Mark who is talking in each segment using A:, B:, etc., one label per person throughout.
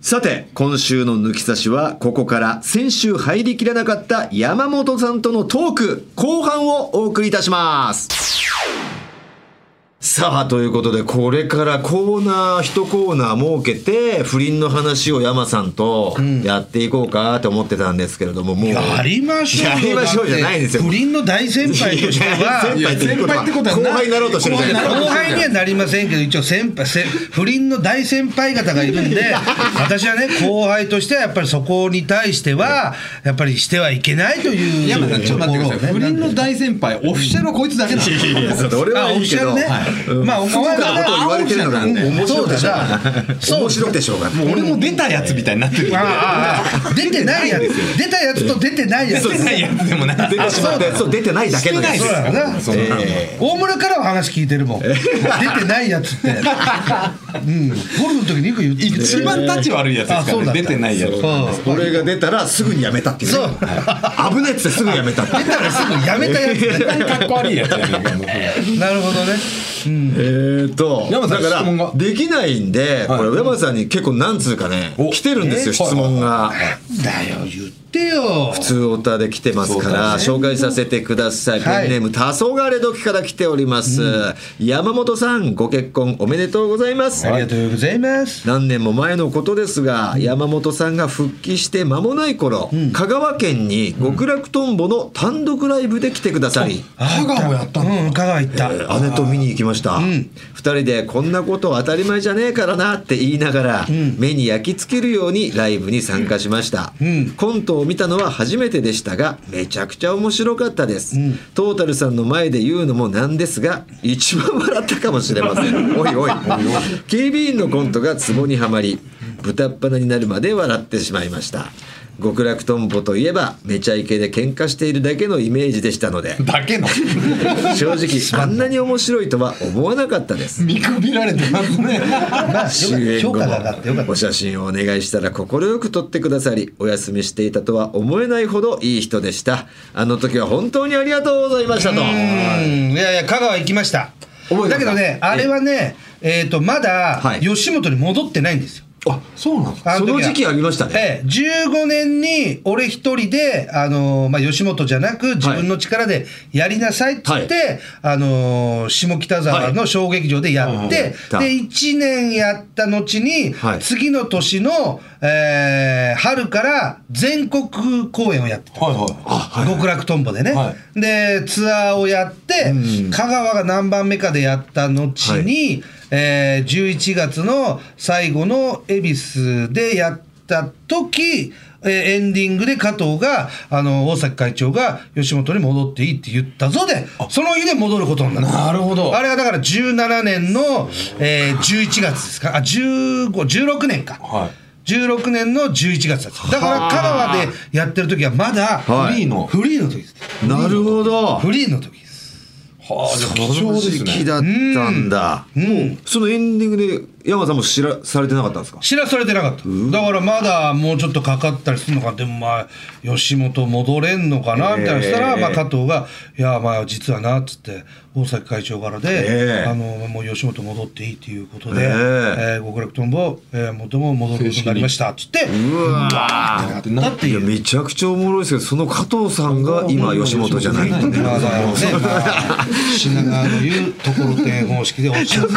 A: さて、今週の抜き差しは、ここから先週入りきらなかった山本さんとのトーク、後半をお送りいたします。さあ、ということで、これからコーナー、一コーナー設けて、不倫の話を山さんとやっていこうかと思ってたんですけれども、もう。
B: やりましょうよ
A: やりましょうじゃないんですよ。
B: だって不倫の大先輩としては
A: 先輩ってことは後輩になろうとしてるじゃないですか
B: 後輩にはなりませんけど一応先輩せ不倫の大先輩方がいる んで私はね後輩としてはやっぱりそこに対してはやっぱりしてはいけないという
C: 山さん、ちょっと待ってください。不倫
B: の
C: の大先輩、オフィシャルはこいつだけなんですよ。
A: それはいいけど、
B: あオフィシャルね
A: うん
B: まあお前
A: 不幸なことを言われてるのがね
B: うん
A: 面白くてしょうがない
B: そうだな
A: 面白くてしょうがない
C: もう俺も出たやつみたいになってる。
B: ああああ出てないやつ出たやつと出てないやつ
C: 出てないやつでもない。
A: 出てしまったやつを出てないだけのやつ
B: そうだよな
C: そんなの
A: え
B: 大村からは話聞いてるもん出てないや つって、うん、ゴルフの時によく言って
C: 一番タッチ悪いやつです
B: あそうだ
C: から
B: っ
C: ね
B: た
C: 出てないやつ。
B: うん
A: ー俺が出たらすぐにやめたっていうね
B: そう
A: はい危ないっつってすぐやめたっていう
B: 出たらすぐやめたやつだよ
C: かっこ悪いやつやねんかもう
B: なるほどね
A: えーと
C: 山さん
A: だか
C: 質問
A: ら
C: が
A: できないんでこれ山さんに結構何通かね
C: お
A: 来てるんですよ
C: えー
A: 質問が
B: だよ言ってよ
A: 普通オタで来てますから紹介させてくださいペ
B: はい
A: ンネーム黄昏時から来ております山本さんご結婚おめでとうございます
B: ありがとうございます
A: 何年も前のことですが、山本さんが復帰して間もない頃、香川県に極楽とんぼの単独ライブで来てくださり、
C: 香川もやったの。
B: うん香川行った
A: 姉と見に行きました、2人でこんなこと当たり前じゃねえからなって言いながら、目に焼き付けるようにライブに参加しました、コントを見たのは初めてでしたがめちゃくちゃ面白かったです、トータルさんの前で言うのもなんですが一番笑ったかもしれませ んおいおい警備員のコントがツボにはまり豚っ鼻になるまで笑ってしまいました極楽とんぼといえばめちゃイケで喧嘩しているだけのイメージでしたので
C: だ けの。
A: 正直あんなに面白いとは思わなかったです
C: 見くびられてます ね。
B: まあ
A: 終演
B: 評
A: 後
B: 価が上がってよかっ
A: も
B: た
A: お写真をお願いしたら快く撮ってくださりお休みしていたとは思えないほどいい人でしたあの時は本当にありがとうございましたと
B: うんいやいや香川行きました
A: 覚えてます
B: だけどねあれはねえっとまだ
A: はい
B: 吉本に戻ってないんですよ
A: あそうなんです
B: あ
A: そ
B: 時は
A: の時期ありましたね、
B: ええ、15年に俺一人で、あのーまあ、吉本じゃなく自分の力でやりなさいっつって、あのー下北沢の小劇場でやって、
A: はい
B: で1年やった後に、
A: はい
B: 次の年の、えー春から全国公演をやってた。
C: はいは
B: 極楽とんぼでね、
C: は
B: でツアーをやって、香川が何番目かでやった後に、えー11月の最後の恵比寿でやった時えーエンディングで加藤があの大崎会長が吉本に戻っていいって言ったぞでその日で戻ることになった
C: なるほど
B: あれはだから17年の、えー11月ですかあ1516年か、
C: はい。
B: 16年の11月だっただから香川でやってる時はまだ
A: はい
C: フリーの。
B: フリーの時です。
A: なるほど
B: フリーの時です。
C: はあ、じゃあ貴
A: その
C: 重で
A: 時
C: す
A: 期
C: ね。
A: だったんだ、
B: うん。
A: そのエンディングで山さんも知らされてなかったんですか
B: 知らされてなかった。だからまだもうちょっとかかったりするのか、でもまあ、吉本戻れんのかな、みたいなしたら、
A: ええ
B: まあ加藤が、いや、まあ実はな、っつって、大崎会長から
A: え
B: で、
A: え
B: あの、もう吉本戻っていいということで、
A: え
B: え
A: え
B: ー極楽とんぼ、えー元も戻ることになりました、つって、
A: うわー
C: だって
A: いやめちゃくちゃおもろいですけどその加藤さんが今吉本じゃないんだね
B: まあだからね、まあ、品川の言うところてん方式でおっしゃる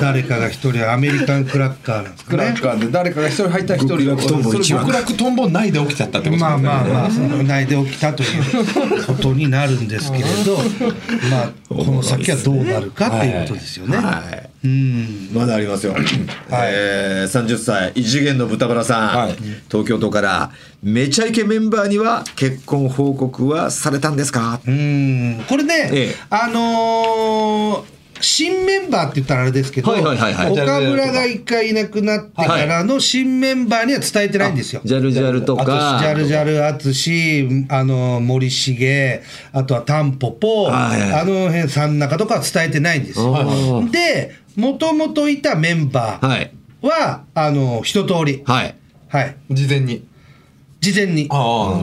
B: 誰かが一人アメリカンクラッカーなんですか
C: クラ
B: ね
C: ッカーで誰かが一人入った一人
A: 極楽とんぼ
C: それ
A: 一番
C: 極楽とんぼないで起きちゃったってことです
B: まあ
C: ね。
B: まあまあ、その内で起きたということになるんですけれど、まあ、この先はどうなるかっていうことですよね。
A: はい
B: うん。
A: まだありますよ。えー、30歳、異次元の豚バラさん、
C: はい
A: 東京都から、めちゃイケメンバーには結婚報告はされたんですか、
B: うん。これね、
A: ええ
B: あのー新メンバーって言ったらあれですけど、
A: はいはいはいはい
B: 岡村が一回いなくなってからの新メンバーには伝えてないんですよ。
A: ジャルジャルとか
B: あとジャルジャル、あつし、あの、森重、あとはタンポポ、
A: はいはい
B: あの辺、三中とかは伝えてないんですよ
A: はいは。
B: で、もともといたメンバーは、
A: はい。
B: あの、一通り、
A: はい。
B: はい、
C: 事前に。
B: 事前に。
C: ああ。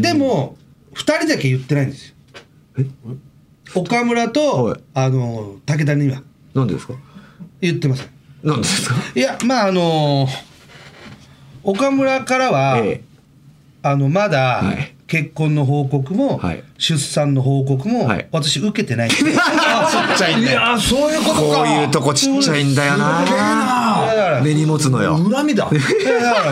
B: でも、二人だけ言ってないんですよ。岡村
A: は
B: と
A: い、
B: あの、武田には
A: なんでですか
B: 言ってません。
A: なんでですか
B: いや、まあ、あの岡村からは、
D: え
B: あのまだ
D: はい
B: 結婚の報告も、
D: はい
B: 出産の報告も、
D: はい
B: 私受けてないんで
A: ち
B: す
A: っちゃいんだよ
C: あそういうことか
A: こういうとこちっちゃいんだよな
B: だから
A: 根に持つのよ
C: 恨みだ
B: いやだか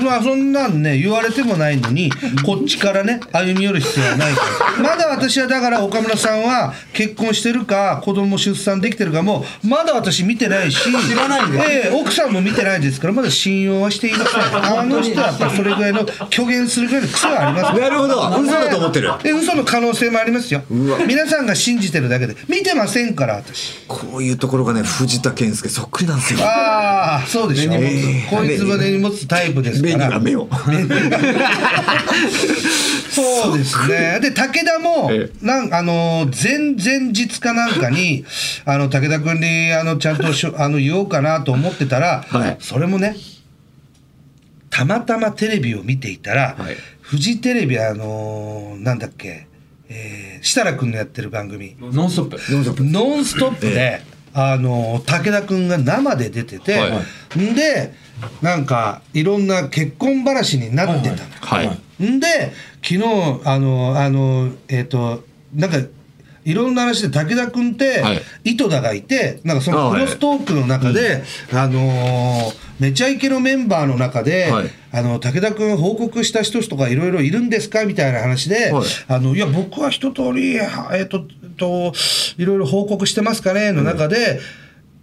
B: らまあそんなんね言われてもないのにこっちからね歩み寄る必要はないからまだ私はだから岡村さんは結婚してるか子供出産できてるかもまだ私見てないし
C: 知らないんだ
B: ええ奥さんも見てないですからまだ信用はしていませ んあの人はやっぱりそれぐらいの虚言するぐらいの癖はありますね
A: なるほど嘘だと思ってる
B: え嘘の可能性もありますよ
A: うわ
B: 皆さんが信じてるだけで見てませんから私
A: こういうところがね藤田健介そっくりなんですよ
B: ああそうでしょ、
A: ええ
B: こいつまでに持つタイプですか
A: 目に
B: ら
A: は目を
B: そうですね。で、武田も
A: え、
B: なん、あの、前々日かなんかに、あの、武田君に、あの、ちゃんとしょ、 あの、言おうかなと思ってたら、
A: はい
B: それもね、たまたまテレビを見ていたら、
A: はい
B: フジテレビ、あの、なんだっけ、えー、設楽君のやってる番組、
C: ノンストップ
B: ノンストップで、あの武田君が生で出てて、
A: は
B: んでなんかいろんな結婚話になってたの、
A: はい
B: んで昨日あのあのえっ、となんかいろんな話で武田君って、
A: はい
B: 井戸田がいてなんかそ
A: あは
B: のク
A: い
B: ロストークの中であ,、のーめちゃイケのメンバーの中で、
A: はい
B: あの武田君報告した人とかいろいろいるんですかみたいな話で、
A: はい
B: あのいや僕は一通りはえっ、とといろいろ報告してますかねの中で。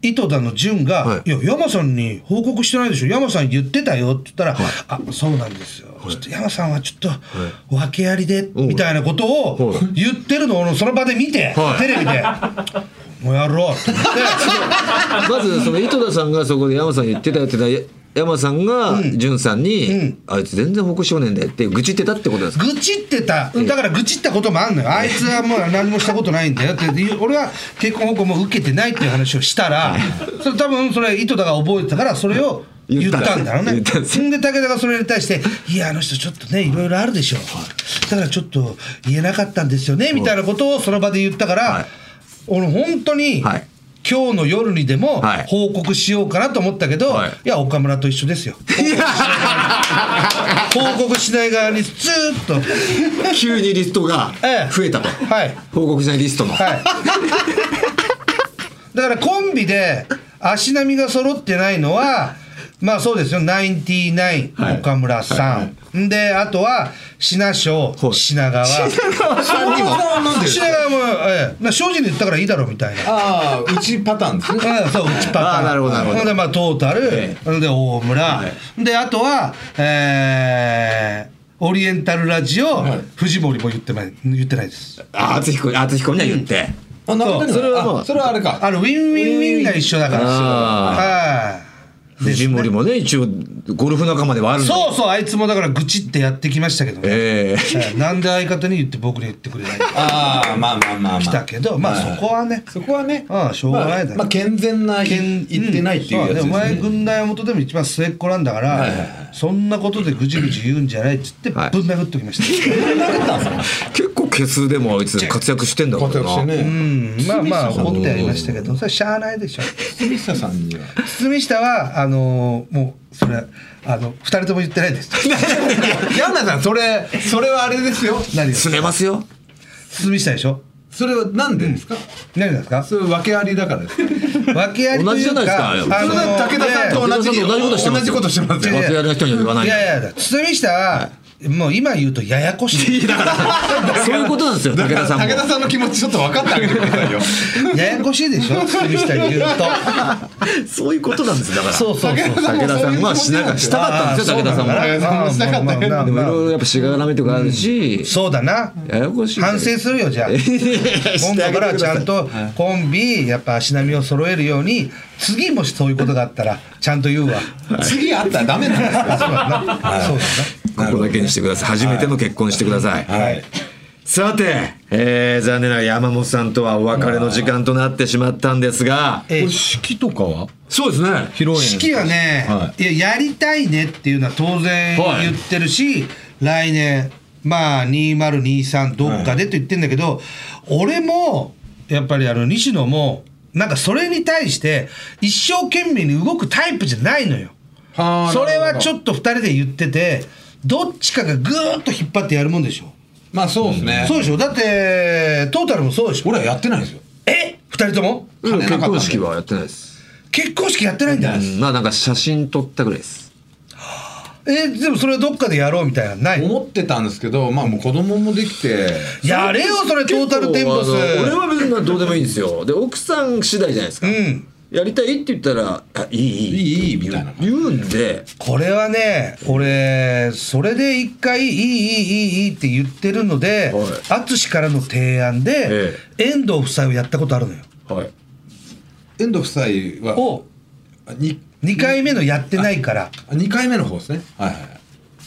B: 井戸田の潤が、
A: はい
B: いや、山さんに報告してないでしょ、山さん言ってたよって言ったら、あそうなんですよ、ちょっと山さんはちょっと、訳ありで、
A: い
B: みたいなことを
A: はい
B: 言ってるのを俺その場で見て、
A: はい
B: テレビで、もうやろうと思って、
D: まずその井戸田さんがそこで山さん言ってたやってたや山さんが潤さんに、
B: うん
D: あいつ全然報告少年だよって愚痴ってたってことですか
B: 愚痴ってた、だから愚痴ったこともあんのよ、あいつはもう何もしたことないんだよって、で俺は結婚報告も受けてないっていう話をしたら、それ多分それ、井戸田が覚えてたから、それを言
D: 言
B: っ
D: った
B: たんだろうね。
D: 言ったんです
B: んで武田がそれに対して「いやあの人ちょっとねいろいろあるでしょうだからちょっと言えなかったんですよね」みたいなことをその場で言ったから、
D: はい
B: 俺本当に、
D: はい
B: 今日の夜にでも
D: はい
B: 報告しようかなと思ったけど、
D: はい
B: い、や岡村と一緒ですよ報告しない側にずーっと
A: 急にリストが
B: ええ
A: 増えたと
B: はい
A: 報告しないリストの
B: はい。だからコンビで足並みが揃ってないのは、まあそうですよ、ナインティナイン岡村さん、んであとは品庄
A: はい
B: 品川。
C: そういうことなんで
B: 品川も、ええ、な正直に言ったからいいだろうみたいな。
C: ああうちパターンですね
B: うん、そう、内パター
A: あ
B: ン。
A: ーなるほどなるほど
B: んで、まあ、トータル、
A: え
B: で、大村、で、あとは、えーオリエンタルラジオ、
C: はい
B: 藤森も言ってない、言ってないです。
A: あ敦彦敦彦には言って
C: あ中谷
A: そうそれはもう
C: あそれはあれか
B: あの、ウィンウィンウィンが一緒だから。
A: あ
B: はい
D: 藤森もね一応ゴルフ仲間ではあるの
B: そうそう、あいつもだから愚痴ってやってきましたけどね。
D: ええ
B: はいなんで相方に言って僕に言ってくれないの
C: ああまあまあまあまあ
B: 来たけど、まあそこはね、
C: そこはね
B: ああしょうがないだろ
C: まあまあ健全な言ってないっていうやつ
B: で
C: ですす
B: お前
C: ね
B: 軍内元でも一番末っ子なんだから、
C: はいはいは
B: そんなことでぐちぐち言うんじゃないっつってぶん
D: はい
B: 殴っときました、
D: 結構ケスでもあいつ活躍してんだからな
B: う
C: ね
B: ん まあまあ怒ってやりましたけどそれしゃあないでしょ
C: 堤下さんには
B: 堤下はあのーもうそれあの2人とも言ってないです
C: ヤンナさんそれそれはあれですよ
B: 何が
D: すねますよ
B: 堤下でしょ
C: それはなんでですか
B: 何がですか
C: それ訳ありだから ですか
B: 訳ありと
D: 同じ
B: い
D: じゃ
B: う
D: ないですか
B: か
D: あれ
B: あの
C: それは武田さんと
D: ね
C: 同じ
D: 武田さんと同じことしてますよ
C: 同じことしてますよ
B: 違う違う
D: 松屋の人には言わない
B: いやいや、堤下は、もう今言うとややこしい。
D: そういうことなんですよ武田さんも
C: 武田さんの気持ちちょっと分かってあげてくださいよ
B: ややこしいでしょ、堤下に言うと。
A: そういうことなんですだから
B: そうそうそう。
D: 武田さんはしなかしたかったんですよ武田さんも
B: あー
C: 武田さんもしたかったけど
B: まあ
D: でも
B: ま
D: い
B: あまあ
D: ろいろやっぱしがらみとかあるし、
B: そうだな。
D: ややこしい
B: 反省するよ、じゃあ。 今度からちゃんとコンビ、やっぱ足並みを揃えるように、次もしそういうことがあったら、ちゃんと言うわ。
C: 次あったらダメなんですよ
B: そうだな。そうだ
D: ここだけにしてください初めての結婚してください、
B: な。はい。
D: さて、えー残念ながら山本さんとはお別れの時間となってしまったんですが
B: えー
C: 式とかは
D: そうですね披露
B: 式はね、、
D: はい
B: ややりたいねっていうのは当然
D: はい
B: 言ってるし、来年まあ2023どっかでと言ってんだけど、俺もやっぱりあの西野もなんかそれに対して一生懸命に動くタイプじゃないのよ。
C: はあ
B: それ
C: なる
B: は
C: ほど
B: ちょっと2人で言っててどっちかがぐーっと引っ張ってやるもんでしょ
C: まあそうですね
B: そうでしょだってトータルもそうでしょ
C: 俺はやってないですよ
B: え二2人とも
C: 金な
D: 結
C: かったんで
D: 婚式はやってないです、
B: 結婚式やってないんだ、
D: うんまあなんか写真撮ったぐらいです
B: えでもそれはどっかでやろうみたいなのない
C: 思ってたんですけどまあもう子供もできて
B: やれよそれトータルテンボス
A: 結構あの俺は別にどうでもいいんですよで奥さん次第じゃないですか、
B: うん
A: やりたいって言ったら「あいいいい
C: いいいいみたいな
A: 言うんで
B: これはね俺それで一回「いいいいいいいい」って言ってるので淳からの提案で
A: え
B: 遠藤夫妻をやったことあるのよ
A: はい
C: 遠藤夫妻は
B: を
C: に
B: 2回目のやってないから
C: 二回目の方ですねはいはい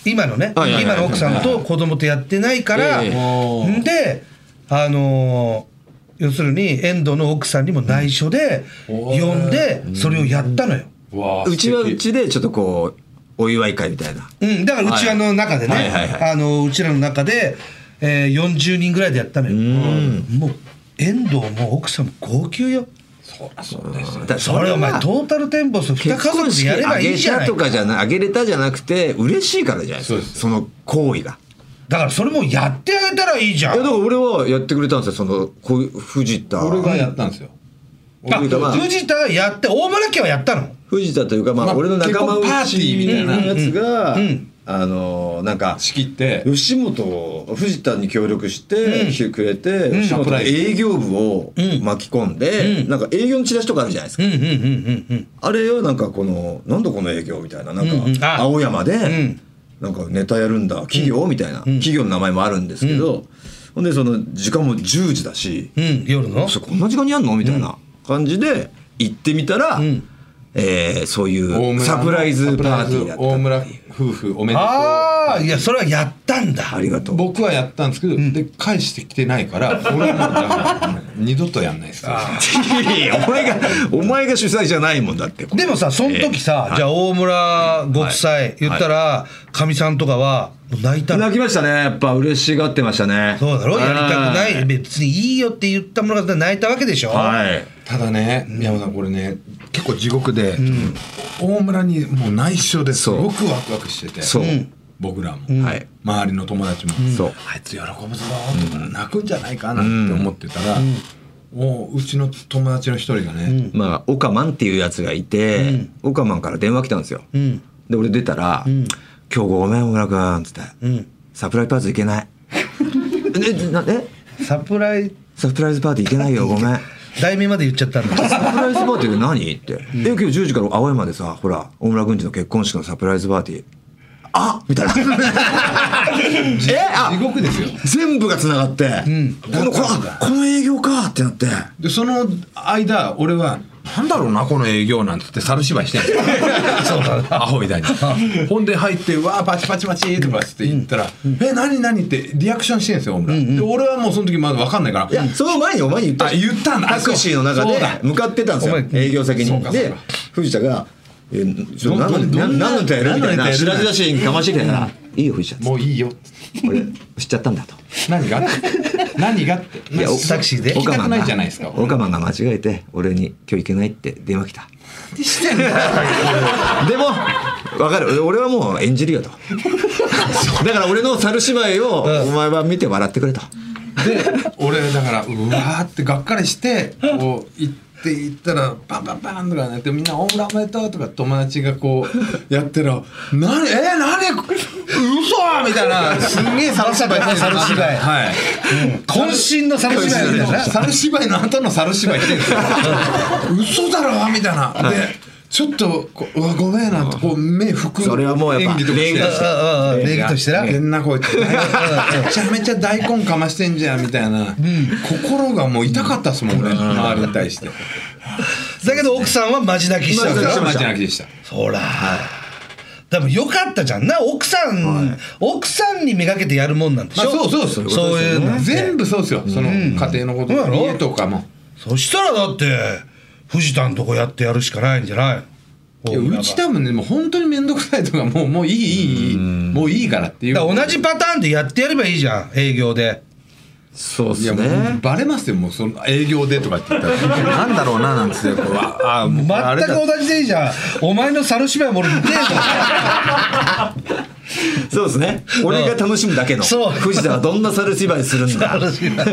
B: 今のね
A: はいはいはい
B: 今の奥さんと子供とやってないから
A: え
C: え
B: んであのー要するに遠藤の奥さんにも内緒で呼んでそれをやったのよ。
C: わあ
A: うちは
C: 素
A: う
C: 敵
A: ちでちょっとこうお祝い会みたいな
B: うん、だからうちわの中でね、
A: はいはいはい
B: あのうちらの中で、えー、40人ぐらいでやったのよもう遠藤も奥さんも号泣よ
C: そうだそうですよ
A: だ
B: それお前トータルテンボス2家
A: 結婚
B: 族で
A: 式
B: やれば
A: あ
B: い
A: げ
B: いじゃな
A: た
B: い
A: とかじゃなあげれたじゃなくて嬉しいからじゃないです
C: そう
A: か
C: で
A: そ
C: す
A: の行為が
B: だからそれもやってあげたらいいじゃ
A: いやだ
B: ん
A: から俺はやってくれたんですよそのこういう藤田
C: 俺がやったんですよ
B: あ
A: 俺がまあ
B: 藤田がやって大村家はやったの
A: 藤田というかま
C: まあ
A: あ俺の仲間
C: 結構パーティーみたいな
A: やつが
B: うん
A: あのなんか
C: 仕切って
A: 吉本を藤田に協力して来てくれて、
B: ん
A: 吉本の営業部を
B: うん
A: 巻き込んで、
B: うん
A: なんか営業のチラシとかあるじゃないですか、
B: うんうんうんうん
A: あれをなんかこのなんだこの営業みたいななんか
B: うんうんあ
A: 青山で、
B: ん
A: なんかネタやるんだ企業、みたいな、企業の名前もあるんですけど、ほんでその時間も10時だし、
B: うんうん夜の
A: それこんな時間にやんのみたいな感じで行ってみたら、
B: ん
A: えーそうい
C: 大村
A: う
C: の
A: サプライズパーティーだ
C: サプライズ大
A: っ
C: 村夫婦おめでとう
B: ああいやそれはやったんだ
A: たありがとう
C: 僕はやったんですけど、で返してきてない から俺もうだから二度とやんないですよ
A: いやいやお前がお前が主催じゃないもんだって
B: でもさその時さ、
A: ええ
B: じゃあ大村ご夫妻、言ったらかみ、さんとかはもう泣いたの
A: 泣きましたねやっぱ嬉しがってましたね
B: そうだろやりたくない
A: はい
B: 別にいいよって言ったものが泣いたわけでしょ、
A: はい
C: ただね宮本さんこれね結構地獄で、大村にもう内緒です
A: そう
C: ごくワクワクしてて
A: そう
C: 僕らも、
A: はい
C: 周りの友達も、
A: そう
C: あいつ喜ぶぞとか泣くんじゃないかなって思ってたら、もううちの友達の一人がね、
A: まあオカマンっていうやつがいてオカマンから電話来たんですよ
B: うん
A: で俺出たら「今日ごめん小村君」つって
B: うん
A: 「サプライズパーティー行けない」え「なえ
B: サプライ
A: サプライズパーティー行けないよごめん」
B: 題名まで言っちゃったん だ
A: サプライズパーティーって何って。え、今日10時から青山でさ、ほら、大村軍司の結婚式のサプライズパーティー。あみたいな。えあ
C: 地獄ですよ
A: 全部が繋がって、このこのあこの営業かってなって
C: でその間俺はなんだろうなこの営業なんつって猿芝居してんの そうだアホみたいに ほんで入って「うわーパチパチパチ」とかつって言ったら「え何何?」ってリアクションしてんですよ大村、で俺はもうその時まだ分かんないから「
A: いやその前にお前に言ったじゃん
C: あ言ったんだ
A: タクシーの中
C: そう
A: で
C: だ
A: 向かってたんです
B: お
A: よ
B: 前
A: 営業先
C: そう
A: に
C: かそう
A: で
C: か
A: 藤田が「えちょっと
C: ど
A: 何
C: ど
A: の
C: んな
A: 何のネタやる?」みたい
C: 何のネタや
A: な
C: る
A: 知らずらしいにかましてきたから「いいよ藤田」
C: もういいよって」
A: 俺知っちゃったんだと。
C: 何が?」 何が?」って
A: いやお
B: タクシーで
C: 聞きた
A: オカマ
C: く
A: ンが
C: ないじゃないですか
A: オカマンが間違えて俺に「今日行けない」って電話来た
C: してんだよ
A: でも分かる俺はもう演じる よとだから俺の猿芝居をお前は見て笑ってくれと
C: で 俺だからうわーってがっかりしてこう行って行ったらバンバンバンとかなってみんな「大村おめでとう」とか友達がこうやってるの「何えー、何嘘みたいなすんげえ猿芝居してる
B: 猿芝居
C: はい、
B: 渾身の猿芝居み たいな
C: 猿芝居の後の猿芝居してるんですよ嘘だろみたいなでちょっとこううわごめんなんてこう目含む
A: それはもうやっぱ
C: 演技とかして
A: 礼儀だし
B: うんうんうん礼儀としてな
C: 変なこいつめちゃめちゃ大根かましてんじゃんみたいな、心がもう痛かったっすもん俺周りに対して
B: だけど奥さんはマジ泣きしたわ
C: それ
B: け
C: は
B: でしょ
C: 間違いなくでした
B: そら、でもよかったじゃんな奥さん、奥さんにめがけてやるもんなんでしょ、
C: まあそうそうそういうこと
B: そういうの
C: 全部そうですよその家庭のこと、
B: うん
C: 家とかも
B: そしたらだって藤田のとこやってやるしかないんじゃない
C: いやうち多分ねもう本当に面倒くさいとかもうもういいいいいいもういいからっていう
B: だから同じパターンでやってやればいいじゃん営業で
A: そうっ
C: いや
A: す
C: もう
A: ね
C: バレますよもうその営業でとかって言ったらなんだろうななんつってこうああもうあれ
B: 全く
C: だ
B: 同じでいいじゃんお前の猿芝居も俺見てえもん
A: そうですね俺が楽しむだけの
B: そう
A: 藤田はどんな猿芝居するん だ
B: 猿芝居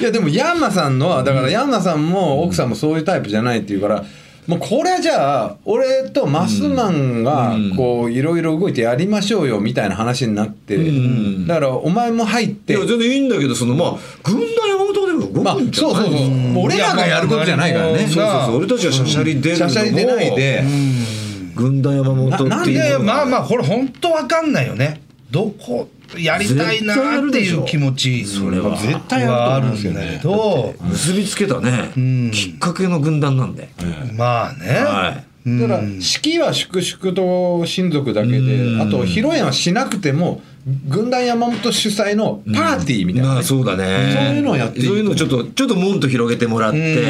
C: いやでもヤンマさんのはだからヤンマさんも奥さんもそういうタイプじゃないっていうから、もうこれじゃあ俺とマスマンがこういろいろ動いてやりましょうよみたいな話になって、だからお前も入っ
A: い
C: て
A: や全然いいんだけどそのまあ軍団山本でも
C: まあ
A: 動くんじゃ
C: そう
A: ない
C: そうそう俺らがやることじゃないからね
B: いや
A: そうそうそう俺たちがシャシャリ出る
C: しゃしゃり出
A: の
C: ない
A: も
C: で、
A: 軍団山本って
B: いやい
A: い
B: や
A: うの
B: まあ
A: が
B: まあこれ本当わかんないよねどこやりたいなーっていう気持ちそれ
A: は
B: 絶対あるんだけど
A: 結びつけたね
B: ん
A: きっかけの軍団なんで
B: まあね、
A: はい
C: だから式は粛々と親族だけであと披露宴はしなくても軍団山本主催のパーティーみたいなね、
A: まあそうだね
C: そういうのをやっていい
A: そういうのをちょっとちょっともんと広げてもらって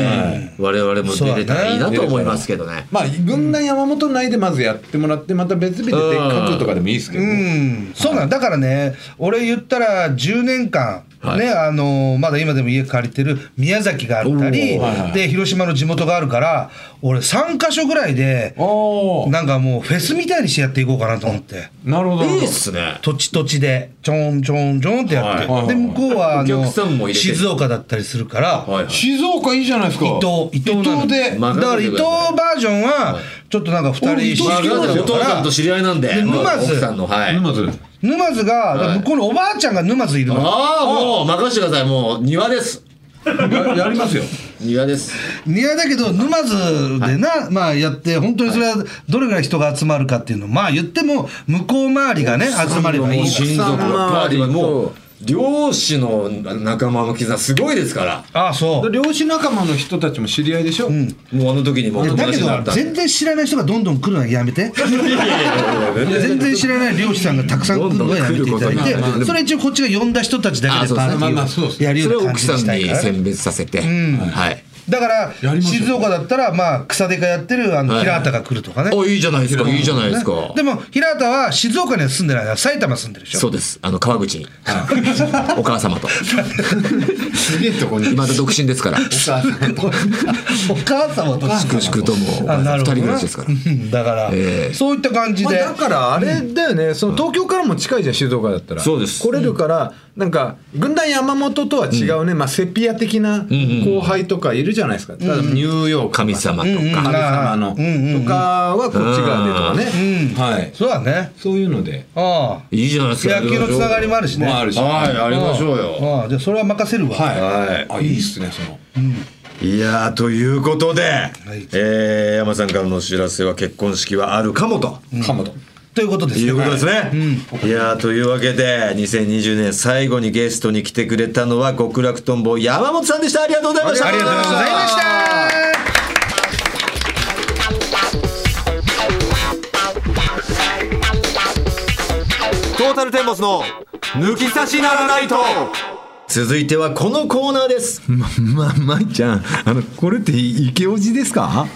A: 我々も出れたらいいなと思いますけどね
C: まあ軍団山本内でまずやってもらってまた別日ででっかくとかでもいいですけど、ね
B: うん、そうなんだからね俺言ったら10年間、
A: はい
B: ねあのまだ今でも家借りてる宮崎があったり、
A: おー
C: はいはい
B: で広島の地元があるから俺3か所ぐらいで
C: おー
B: なんかもうフェスみたいにしてやっていこうかなと思って。
C: なるほど
A: い
C: なるほ
A: い
C: ど
A: っすね
B: 土地土地でちょんちょんちょんってやって、
C: はい
B: で向こうはあ
A: お
B: の
A: 客さんも入れて
B: 静岡だったりするから、
A: はいはい
C: 静岡いいじゃないですか
B: 伊藤伊藤なの
C: で、
A: まあ
B: だから伊藤バージョンはちょっとなんか2人
C: 俺伊藤好きなんです
A: お
C: よ
A: 父さんと知り合いなんで
B: で沼津
A: 奥さんのはい
C: 沼津
B: 沼津が、だから向こうのおばあちゃんが沼津いるの
A: ああもう任せてくださいもう庭です
C: ややりますよ
A: 庭です
B: 庭だけど沼津でな、まあやって本当にそれはどれぐらい人が集まるかっていうのまあ言っても向こう周りがね集まればいいし
A: 親族がパーティーもう漁師の仲間の絆すごいですから
B: ああそう
C: 漁師仲間の人たちも知り合いでしょ、
A: もうあの時にもう友
B: だけ
A: 達になった
B: ど
A: んで
B: 全然知らない人がどんどん来るのはやめて
A: いやいやいやいや
B: 全然知らない漁師さんがたくさん来るのはやめていただ
A: ど
B: い
A: んどん来ることにな
B: てそれ一応こっちが呼んだ人たちだけでパーティ
C: まあまあそ
B: ー
C: うで
B: を
C: す
B: やる
A: それ
B: よう
A: を
B: な感
A: 奥
B: じ
A: さ
B: に
A: ん
B: したい
A: に
B: から
A: 選別させて、はい。
B: だから
C: やりますよ
B: 静岡だったらまあ草手がやってるあの平畑が来るとかね
A: おいいじゃないですか、いいじゃないですか。
B: でも平畑は静岡には住んでないから埼玉住んでるでしょ
A: そうです。あの川口 に、お母様と、
C: すげえとこに
A: まだ独身ですから。
B: お母様と
A: くしくとも
B: あな
A: 二
B: る
A: 人
B: ほど
A: 暮
B: な
A: らしですから
B: う。ん だから、
A: ええ
B: そういった感じ
C: まあ
B: で、
C: だからあれだよね、その東京からも近いじゃん静岡だったら
A: そうです
C: 来れるから、なんか軍団山本とは違うね、まあ、セピア的な後輩とかいるじゃないですか、ただニューヨーク
A: 神様と
C: 神
A: か。
C: 様の、
B: うんうんうん
C: とかはこっち側でとかね、
B: うん
C: はい
B: そうだね
C: そういうので
B: ああ
A: いいじゃないですか。
B: 野球のつながりもあるしね
C: もあるし、
A: はい、ありましょうよ。
B: ああじゃあそれは任せるわ、
C: はい、
A: はい
C: あいいっすねその
A: いやーということで、
B: い
A: えー山さんからのお知らせは結婚式はあるかもと。
C: 鎌田、
B: ということです
A: い
B: ね
A: うことですね。いやーというわけで2020年最後にゲストに来てくれたのは極楽とんぼ山本さんでした。ありがとうございました。
B: ありがとうございました
A: トータルテンボスの抜き差しならないと続いてはこのコーナーです
E: ま、ま、まいちゃん、あの、これって池おじですか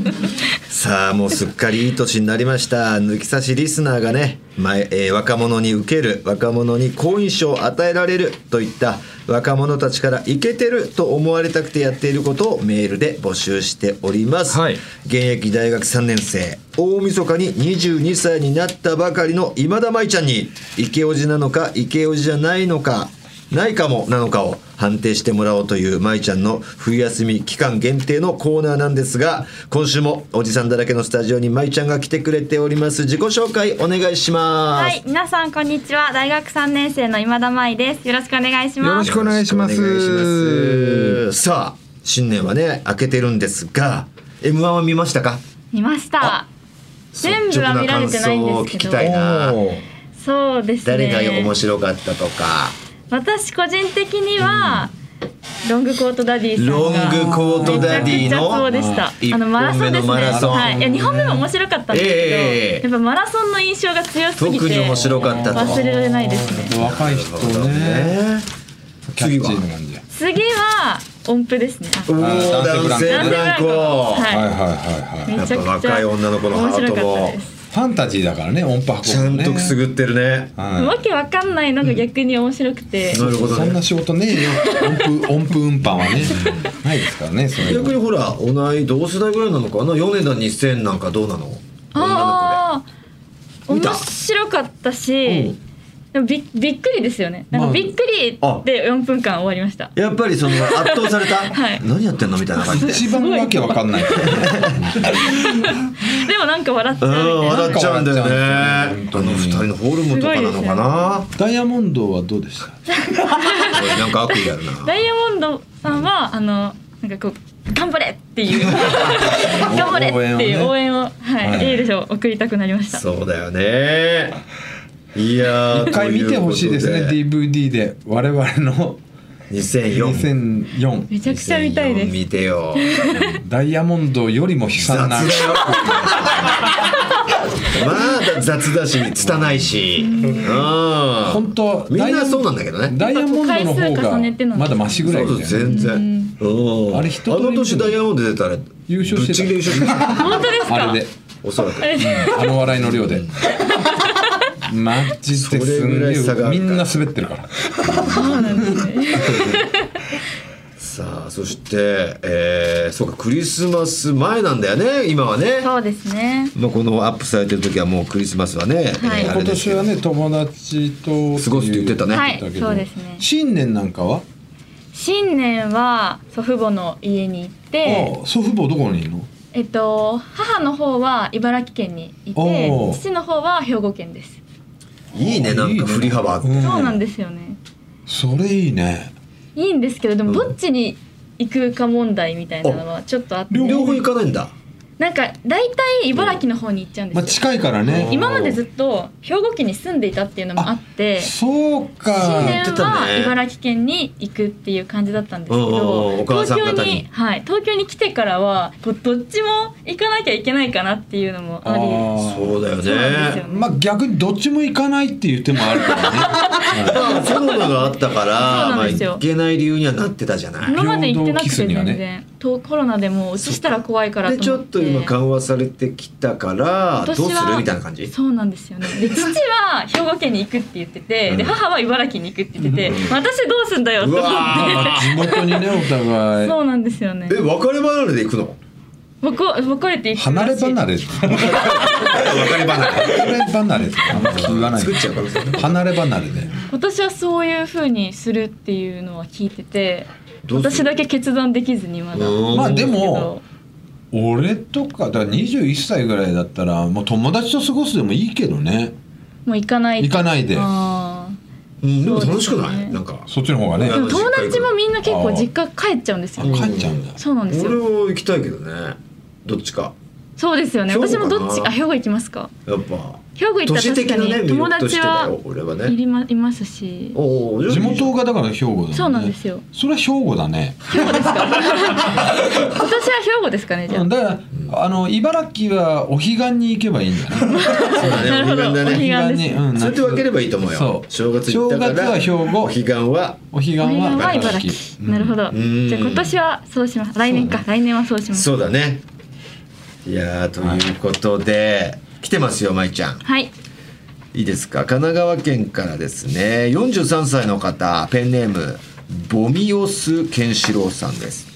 A: さあもうすっかりいい年になりました抜き差しリスナーがね、前えー若者に受ける若者に好印象を与えられるといった若者たちからイケてると思われたくてやっていることをメールで募集しております、
E: はい
A: 現役大学3年生大晦日に22歳になったばかりの今田舞ちゃんにイケおじなのかイケおじじゃないのかないかもなのかを判定してもらおうという舞ちゃんの冬休み期間限定のコーナーなんですが今週もおじさんだらけのスタジオに舞ちゃんが来てくれております自己紹介お願いします、
F: はい、皆さんこんにちは。大学三年生の今田舞です。よろしくお願いします。
E: よろしくお願いします。
A: お願いしますさあ新年はね明けてるんですが m 1は見ましたか
F: 見ました。全部は見られてないんですけ
A: 率直な感想を聞きたい
F: ど。
A: な
E: おー
F: そうですね。
A: 誰が面白かったとか
F: 私個人的には、ロングコートダディさんが
A: ロングコートダディの
F: めちゃくちゃそうでした。
A: うん
F: あのマラソンです
A: 一本目のマ
F: ね。
A: ラソン
F: はい。いや二本目も面白かったんですけど、
A: ええ
F: やっぱマラソンの印象が強すぎて
A: 特に面白かったと
F: 忘れられないですね。
C: 若い人ね
A: ね
C: キャッチーな感じ
F: 次は音符ですね。
A: おお男
C: 男
A: 性
C: 性
A: ブ
F: ブ
A: ラン
F: ラン
A: コ
F: コはい
C: はいはいはいはい
F: めちゃ
A: や
F: くちゃ
A: っぱ若い女の子のハートも
F: 面白かったです
C: ファンタジーだからね音波運ぶのね
A: ちゃんとくすぐってるね。
C: はい
F: わけわかんないのが逆に面白くて、
A: なるほど
C: そん
A: ね。
C: な仕事ねえよ音符音符運搬はねないですからねそういう
A: 逆
C: の
A: にほら同い同世代ぐらいなのかな米田2000なんかどうなの
F: ああ
A: 見た
F: 面白かったし、でもびびっくりですよねなん
C: まあ
F: かびっくりで4分間終わりました
A: やっぱりその圧倒された、
F: はい
A: 何やってんのみたいな感じで。
C: 一番わけわかんない
F: でもなんか笑っち
A: うん
F: ゃうみたいな
A: 笑っちゃうんだよね。あの二人のホルモンとかなのかな。
C: ダイヤモンドはどうでした
A: おいなんか悪意あるな。
F: ダイヤモンドさんはあのなんかこう頑張れっていう頑張れっていう
C: 応
F: 応援を、はい
C: はい
F: い、いでしょう送りたくなりました
A: そうだよね。いやー
C: 一回見てほしいですね。
A: とうこ
C: DVD で我々の
A: とで2004。
C: 2004
F: めちゃくちゃ見たいです
A: 見てよ。
C: ダイヤモンドよりも悲惨な
A: まあだ雑だし、拙いし。うん。
C: 本当
A: みんなそうなんだけどね。
C: ダイヤモンドの方がまだマシぐら
A: そ
C: い
A: そう
C: うですよね
A: 全然。うん
C: あれ一通
A: あ
C: り
A: の年ダイヤモンド出たら
C: 優勝してた
A: ぶっちぎり優勝してた。
F: 本当ですか
C: あれで
A: おそら く。
C: あの笑いの 量でマジです
A: それぐらい差
C: ん
A: があ
C: げ
A: る
C: み
A: から
C: んな滑ってるから
F: そうなんですね
A: さあそして、えー、そうかクリスマス前なんだよね今はね、
F: そうですね
A: まあ、このアップされてる時はもうクリスマスはね、
F: はい
A: ーあれ
C: 今
A: ですけ
C: 年
A: ど
C: はね友達と
A: 過ごすって言ってたね、
F: はい
C: だけど
F: そうですね
C: 新年なんかは
F: 新年は祖父母の家に行って
C: ああ祖父母どこにいるの
F: えっと母の方は茨城県にいて
C: おー
F: 父の方は兵庫県です
A: いいねなんか振り幅あって
C: いいね
F: そうなんですよね
C: それいいね
F: いいんですけどでもどっちに行くか問題みたいなのはちょっとあって
A: 両方行かないんだ
F: なんか大体茨城の方に行っちゃうんです
C: ま
F: よ、
C: あ近いからね
F: 今までずっと兵庫県に住んでいたっていうのもあって
C: そう
F: 新
C: か
F: 年
A: 言ってた
F: は
A: ね
F: 茨城県に行くっていう感じだったんですけ
A: うんうんうん
F: ど
A: お母さん方に
F: 東京に、はい、東京に来てからはこうどっちも行かなきゃいけないかなっていうのもあり
C: あー
A: そうだよ
F: そうなん
A: ね
F: ですよね、
C: まあ逆にどっちも行かないっていう手もあるからね
A: まあコロナがあったから
F: そう
A: ま
F: なん
A: あ
F: ですよ
A: 行けない理由にはなってたじゃない
F: 今まで行ってなく
C: 平等キ
F: て全
C: スには
F: 然、
C: ね
F: とコロナでもう移したら怖いからと
A: で
F: 思って
A: ちょっと今緩和されてきたからどうす
F: 今年は
A: るみたいな感じ
F: そうなんですよねで父は兵庫県に行くって言ってて、で母は茨城に行くって言ってて、私どうすんだよって
A: う
F: 思っ
A: わ
F: て
C: まあ地元にねお互い
F: そうなんですよね
A: え別れ離れで行くの
F: わこ別れていくらしい
C: 離れ離れ離
A: 別れ離れ
C: れ離れってあんま言わない
A: 作っちゃうからさ
C: 離れ離れで
F: 今年はそういう風にするっていうのは聞いてて
A: どうす
F: 私
A: る
F: だけ決断できずにまだ
A: うん
C: まあで
F: け
C: も
F: ど
C: 俺とかだから21歳ぐらいだったらもう友達と過ごすでもいいけどね
F: もう行かない
C: 行かないで
F: あー
A: うんでも楽しく
F: そう
A: な
F: です
A: い
F: ね
A: なんか
C: そっちの方がね
F: でも友達もみんな結構実家帰っちゃうんです
C: あ
F: よね
C: 帰っちゃうんだ
F: そうなんです
A: 俺
F: よ
A: は行きたいけどねどっちか
F: そうですよね
A: 兵庫か
F: 私
A: な
F: もどっちあ兵庫行きますか
A: やっぱ
F: 兵庫行った
A: 都
F: ら
A: 市
F: 確
A: 的
F: か
A: なね
F: に
A: 魅
F: 友
A: 力とし
F: 達
A: てだよ
F: は
A: 俺はいね
F: りまいますし
A: おうおう
C: 地元がだから兵庫だもんね
F: そうなんですよ
C: それは兵庫だね
F: 兵庫ですか私は兵庫ですかねじゃ
C: う
F: あ
C: んだからあの茨城はお彼岸に行けばいいんだね
A: そうだね
F: なるほど
A: お彼岸だね
F: お彼岸ですね
C: うん
A: そうやって分ければいいと思う
C: そ
A: よ
C: う
A: 正月行ったから
C: 正月は兵庫
A: お彼岸は
C: お彼岸
F: お庭
C: は
F: は茨
C: 茨城
F: 城なるほど
A: ん
F: じゃあ今年はそうします来年か来年はそうします
A: そうだねいやーということで来てますよ舞ちゃん
F: はい
A: いいですか神奈川県からですね43歳の方ペンネームボミオスケンシロウさんです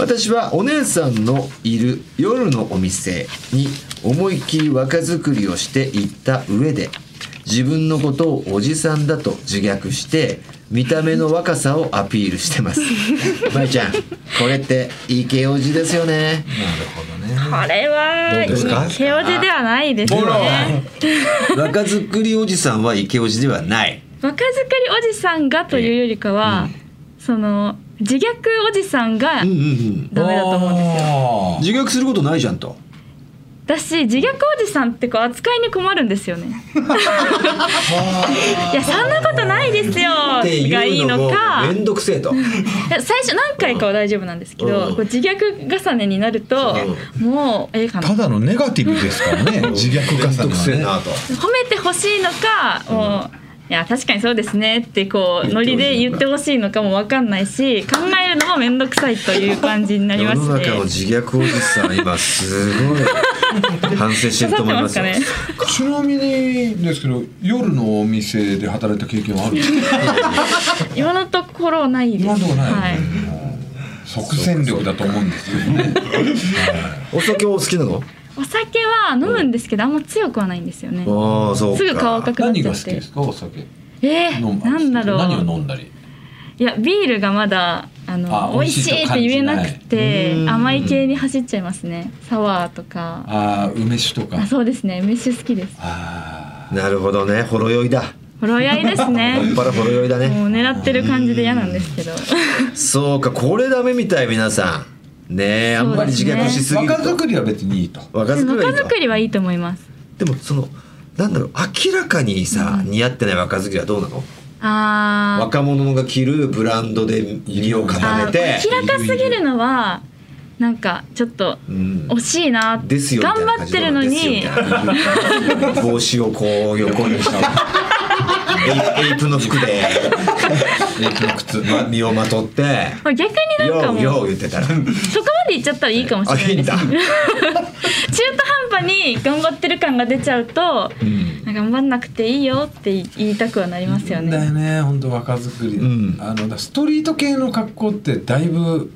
A: 私はお姉さんのいる夜のお店に思いっきり若作りをしていった上で自分のことをおじさんだと自虐して見た目の若さをアピールしてます まいちゃんこれってイケオジですよね
F: これは
A: どうですか
F: 慶応寺ではないですね
A: ほら若作りおじさんはイケオジではない
F: 若作りおじさんがというよりかは、その自虐おじさんが
A: うんうん
F: ダメだと思うんですよ、
C: よ
A: 自虐することないじゃんと
F: だし自虐おじさんってこう扱いに困るんですよねいやそんなことないですよ
A: って
F: がい
A: い
F: いう
A: の
F: の
A: も
F: か
A: めんどくせえと。
F: いや最初何回かは大丈夫なんですけど、
A: うん
F: こう自虐重ねになると、もうええかな
C: ただのネガティブですからね 自虐
A: め
C: 化
A: ん
C: さ
A: どくせえなと。
F: 褒めてほしいのか、もういや確かにそうですねってこうノリで言ってほしいのかもわかんないし考えるのも面倒くさいという感じになりま
A: 世の中
F: し
A: の
F: て
A: 自虐おじさん今すごい反省して
F: 刺
A: ると
F: さって
A: 思い
F: ま
A: ますす
F: か
A: よ
F: ね。
C: ちなみにですけど夜のお店で働いた経験はあるんですか
F: 今のところないです。
C: 今のところない
F: はい。
C: 即戦力だと思うんですよね
A: お酒お好きなの
F: お酒は飲むんですけど、あんま強くはないんですよね。
A: ああそうか
F: すぐ顔赤くなっ
C: 何
F: ち
C: が
F: ゃ
C: 好
F: っ
C: きで
F: て。
C: すかお酒
F: ええ
C: 飲む
F: ー、なんだろ
C: 何を
F: う。
C: 飲んだり
F: いや、ビールがまだ、あの、
C: あ
F: 美味しいって言えなくて
A: 美味しいと感じない、
F: 甘い系に走っちゃいますね。サワーとか。
C: ああ梅酒とか
F: あ、そうですね。梅酒好きです。
C: あ
A: なるほどねほろ酔いだ
F: ほろ酔いですね
A: も。っぱらほろ酔いだね
F: もう狙ってる感じで嫌なんですけど。
A: そうかこれダメみたい皆さんねえあんまり自虐しす
C: あ
A: ぎる
C: 若
A: と
C: 作りは別にいいと
A: 若作りはいいか
F: 若作りはいいと思います。
A: でもそのなんだろう明らかにさ、似合ってない若作りはどうなの
F: あ
A: 若者が着るブランドで身を
F: ーあ
A: 固めて
F: ー、明らかすぎるのは、なんかちょっと
A: うん
F: 惜しいな。
A: ですよみたい
F: 頑
A: な
F: 張
A: 感
F: っ
A: じ
F: てるのに
A: で。すよみたいな帽子をこう横にして エイエイプの服で
C: えっと靴
A: ま身をまとって
F: まあ逆に
A: 「
F: なんか
A: ようよ
F: も
A: う」
F: う
A: 言ってたら
F: そこまでいっちゃったらいいかもし
A: あ
F: れない
A: いい
F: で
A: ん
F: す
A: だ
F: 中途半端に頑張ってる感が出ちゃうと、なんか頑張んなくていいよって言いたくはなりますよ
C: だ
F: ね
C: よね本当若作り、
A: ん
C: あのだからストリート系の格好ってだいぶ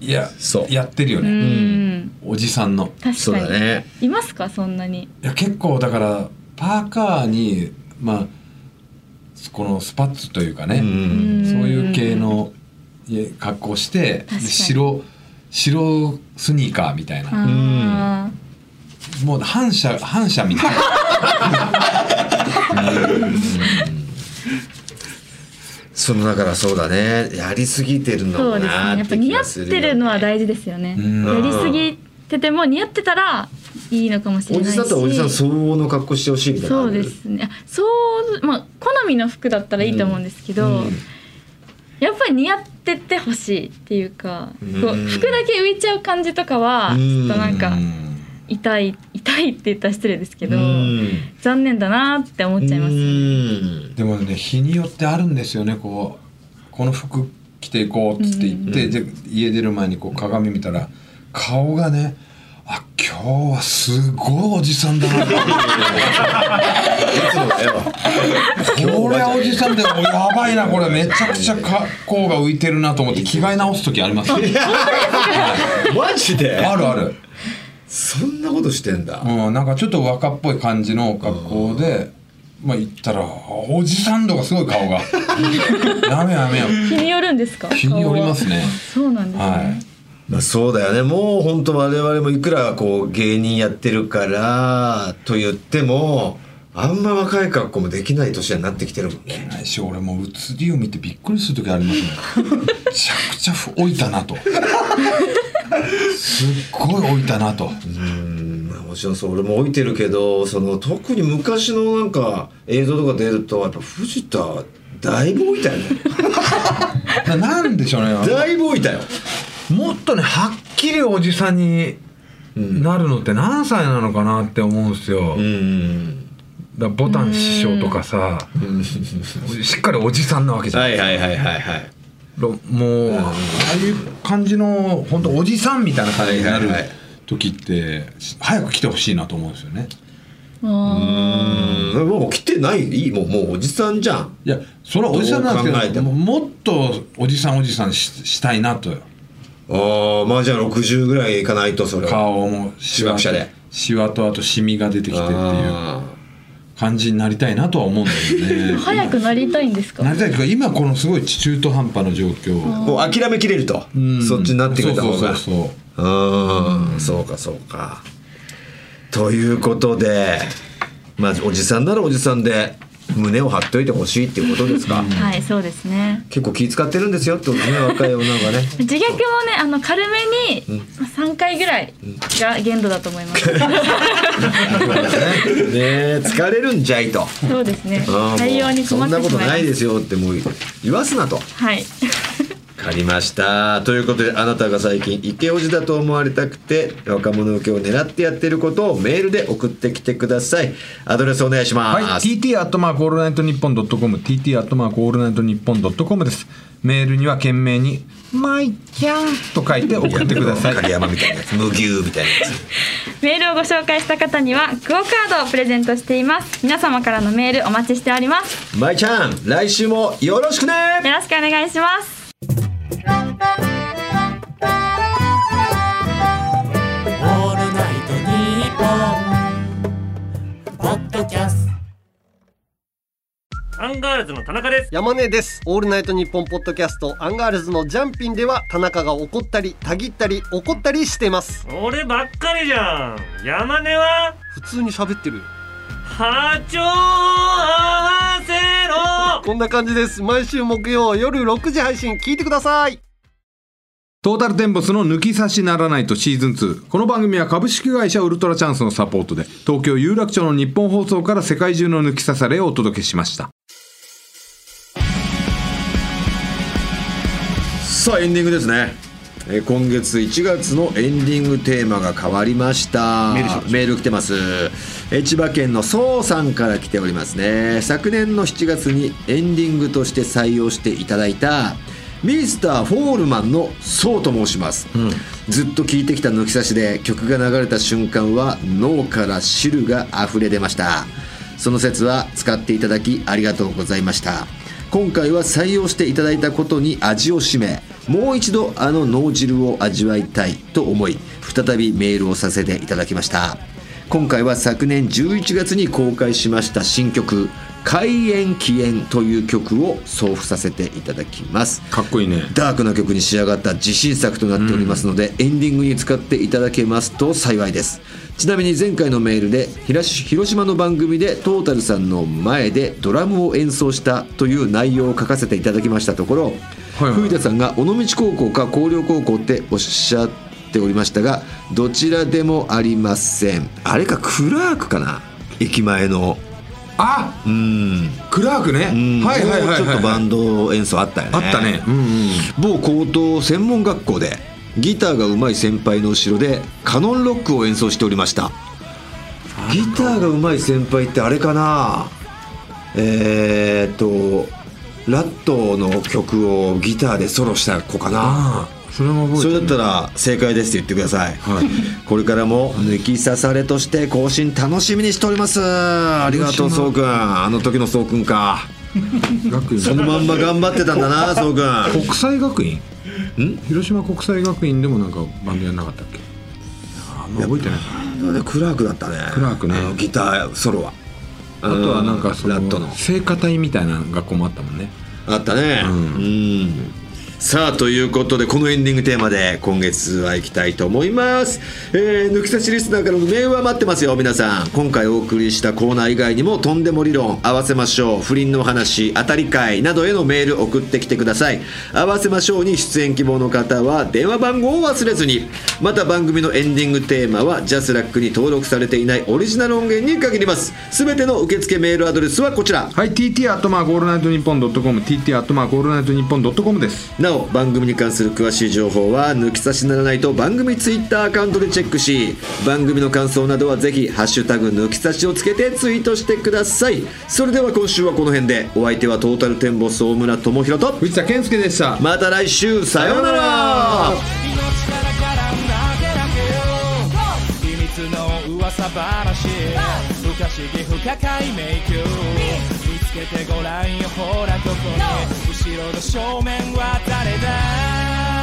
C: いや
A: そう
C: やってるよ
F: う
C: ね、
F: ん
C: おじさんの
A: そ
F: 確
A: う
F: か
A: だ
F: に、
A: ね
F: いますかそんなに
C: いや結構だからパーカーにまあこのスパッツというかね、
A: うん
C: そういう系のいや格好して
F: かに
C: 白白スニーカーみたいな
F: あー
C: もう反射反射みたいな
A: そのだからそうだねやりすぎてるの
F: そ
A: か
F: うですね
A: なっ
F: やっぱ
A: て
F: 似
A: 気
F: 合
A: が
F: っ
A: する
F: てるのは大事ですよね
C: うん
F: やりすぎてても似合ってたらいいのかもしれ
A: お
F: ない
A: じ
F: し
A: さんとおじさん相応の格好してほしいみたいな
F: そうですねあそうまあ好みの服だったらいいと思うんですけど、やっぱり似合っててほしいっていうか、こう服だけ浮いちゃう感じとかは
A: うん
F: ちょっと なんか
C: うん
F: 痛い痛いって言ったら失礼ですけ
A: う
F: ど
A: ん
F: 残念だなって思っちゃいます
A: う
F: ね
A: ん
C: でもね日によってあるんですよねこうこの服着ていこうっつって言って、で家出る前にこう鏡見たら顔がねあ今日はすごいおじさんだなこれはおじさんでやばいなこれめちゃくちゃ格好が浮いてるなと思って着替え直す時ありますよ
A: マジで
C: あるある、
A: そんなことしてんだ
C: うん、なんかちょっと若っぽい感じの格好で、まあ行ったらおじさん度がすごい顔がダメダメよ
F: 日によるんですか
C: 日によります
F: 顔は
C: ね
F: そうなんですね、
C: はい
A: まあ、そうだよねもう本当我々もいくらこう芸人やってるからと言ってもあんま若い格好もできない年になってきてるもんね
C: ないし俺もう写りを見てびっくりする時ありますもんめちゃくちゃ老いたなとすっごい老いたなと
A: うんまあもちろんそう俺も置いてるけどその特に昔のなんか映像とか出るとやっぱ藤田だいぶ置いたよね
C: ななんでしょうね
A: だいぶ置いたよ
C: もっとねはっきりおじさんになるのって何歳なのかなって思うんですよ、
A: うん
C: だボタン師匠とかさしっかりおじさんなわけじゃん、
A: はいはいはいはいはい
C: ろもうああいう感じの本当おじさんみたいな感じになる
A: はいはいはい
C: 時って早く来てほしいなと思うんですよね
F: あ
A: うんもう来てないいいもうもうおじさんじゃん
C: いやそれはおじさんなん
A: どう考
C: で
A: え
C: す
A: て
C: けど
A: も
C: ももっとおじさんおじさんししたいなと
A: あーまあじゃあ60ぐらいいかないとそれは
C: 顔もしわ
A: 被爆者で
C: しわとあとシミが出てきてっていう
A: あ
C: 感じになりたいなとは思うんだよ
F: ー
C: ね
F: 早くなりたいんですか
C: なりたいというか今このすごい中途半端な状
A: ー
C: 況
A: もう諦めきれると
C: うん
A: そっちになってくれた方が
C: そうそうそうそう
A: うん、そうかそうか。ということで、まあおじさんならおじさんで胸を張っといてほしいっていうことですか。
F: はいそうですね
A: 結構気使ってるんですよってことね、若い女が ね。
F: 自虐もねあの軽めに3回ぐらいが限度だと思 います
A: ねえ疲れるんじゃいと。
F: そうですね
A: うん
F: 対応に
A: そ
F: 困っ
A: んな
F: て
A: こ
F: し
A: と
F: まい
A: な
F: ま
A: い
F: す
A: ですよってもう言わすなと。わ
F: はい
A: かりました。ということで、あなたが最近イケオジだと思われたくて、若者受けを狙ってやってることをメールで送ってきてください。アドレスお願いします。
C: はい、TT アットマークオールナイトニッポンドットコム、TT アットマークオールナイトニッポンドットコムです。メールには懸命に
E: まいちゃんと書いて送ってください。
A: 影山みたいなやつ無牛みたいなやつ
F: メールをご紹介した方にはクオカードをプレゼントしています皆様からのメールお待ちしております
A: まいちゃん来週もよろしくね
F: よろしくお願いします
G: オールナイトニッポン」ポッドキャスト
H: アンガールズの田中です。
I: 山根です。オールナイトニッポンポッドキャストアンガールズのジャンピンでは田中が怒ったり、たぎったり、怒ったりしてます。
H: 俺ばっかりじゃん。山根は
I: 普通に喋ってるよ。
H: 波長を合わせろ。
I: こんな感じです。毎週木曜夜6時配信聞いてください。
E: トータルテンボスの抜き差しならないとシーズン2。この番組は株式会社ウルトラチャンスのサポートで、東京有楽町の日本放送から世界中の抜き差されをお届けしました。
A: さあエンディングですねえー今月1月のエンディングテーマが変わりましたメール来てますえー千葉県のそうさんから来ておりますね昨年の7月にエンディングとして採用していただいたミスターフォールマンのそうと申します、ずっと聴いてきた抜き差しで曲が流れた瞬間は脳から汁が溢れ出ましたその説は使っていただきありがとうございました今回は採用していただいたことに味を占めもう一度あの脳汁を味わいたいと思い再びメールをさせていただきました今回は昨年11月に公開しました新曲「開演起演」という曲を送付させていただきます
E: かっこいいね。
A: ダークな曲に仕上がった自信作となっておりますので、エンディングに使っていただけますと幸いですちなみに前回のメールでひらし広島の番組でトータルさんの前でドラムを演奏したという内容を書かせていただきましたところ、
E: はいはい
A: 古田さんが尾道高校か広陵高校っておっしゃっておりましたがどちらでもありませんあれかクラークかな駅前の
E: あ
A: うん
E: クラークね。
A: うん
E: はいはいはい、はい。
A: ちょっとバンド演奏あったよね
E: あったね。うんうん。
A: 某高等専門学校でギターが上手い先輩の後ろでカノンロックを演奏しておりましたギターが上手い先輩ってあれかなえー、っとラットの曲をギターでソロした子かな
E: ああ、それも覚
A: そ
E: えて
A: れ
E: る
A: だったら正解ですって言ってください、これからも抜き刺されとして更新楽しみにしておりますありがとうそうくんあの時のそうくんか
E: 学
A: そ
E: 院
A: のまんま頑張ってたん だなそうくん
E: 国際学院ん広島国際学院でもなんかバンドやんなかったっけあんま覚えてない
A: クラークだったね
E: クラークね
A: あのギターソロは
E: あとはなんかその
A: ラットの
E: 聖歌隊みたいな学校もあったもんね
A: あったねうん
E: ん、
A: さあということでこのエンディングテーマで今月はいきたいと思います、えー抜き差しリスナーからのメールは待ってますよ皆さん今回お送りしたコーナー以外にもとんでも理論合わせましょう不倫の話当たり会などへのメール送ってきてください合わせましょうに出演希望の方は電話番号を忘れずにまた番組のエンディングテーマはジャスラックに登録されていないオリジナル音源に限ります全ての受付メールアドレスはこちら
E: はい TT アットマークオールナイトニッポンドットコム TT アットマークオールナイトニッポンドットコムです
A: なお番組に関する詳しい情報は抜き差しならないと番組ツイッターアカウントでチェックし番組の感想などはぜひ「ハッシュタグ抜き差し」をつけてツイートしてくださいそれでは今週はこの辺でお相手はトータルテンボス大村智広と
E: 藤田健介でした
A: また来週さようなら
G: 秘密の噂話不可思議不可解迷宮見つけてごらんよほらここに後ろの正面は誰だ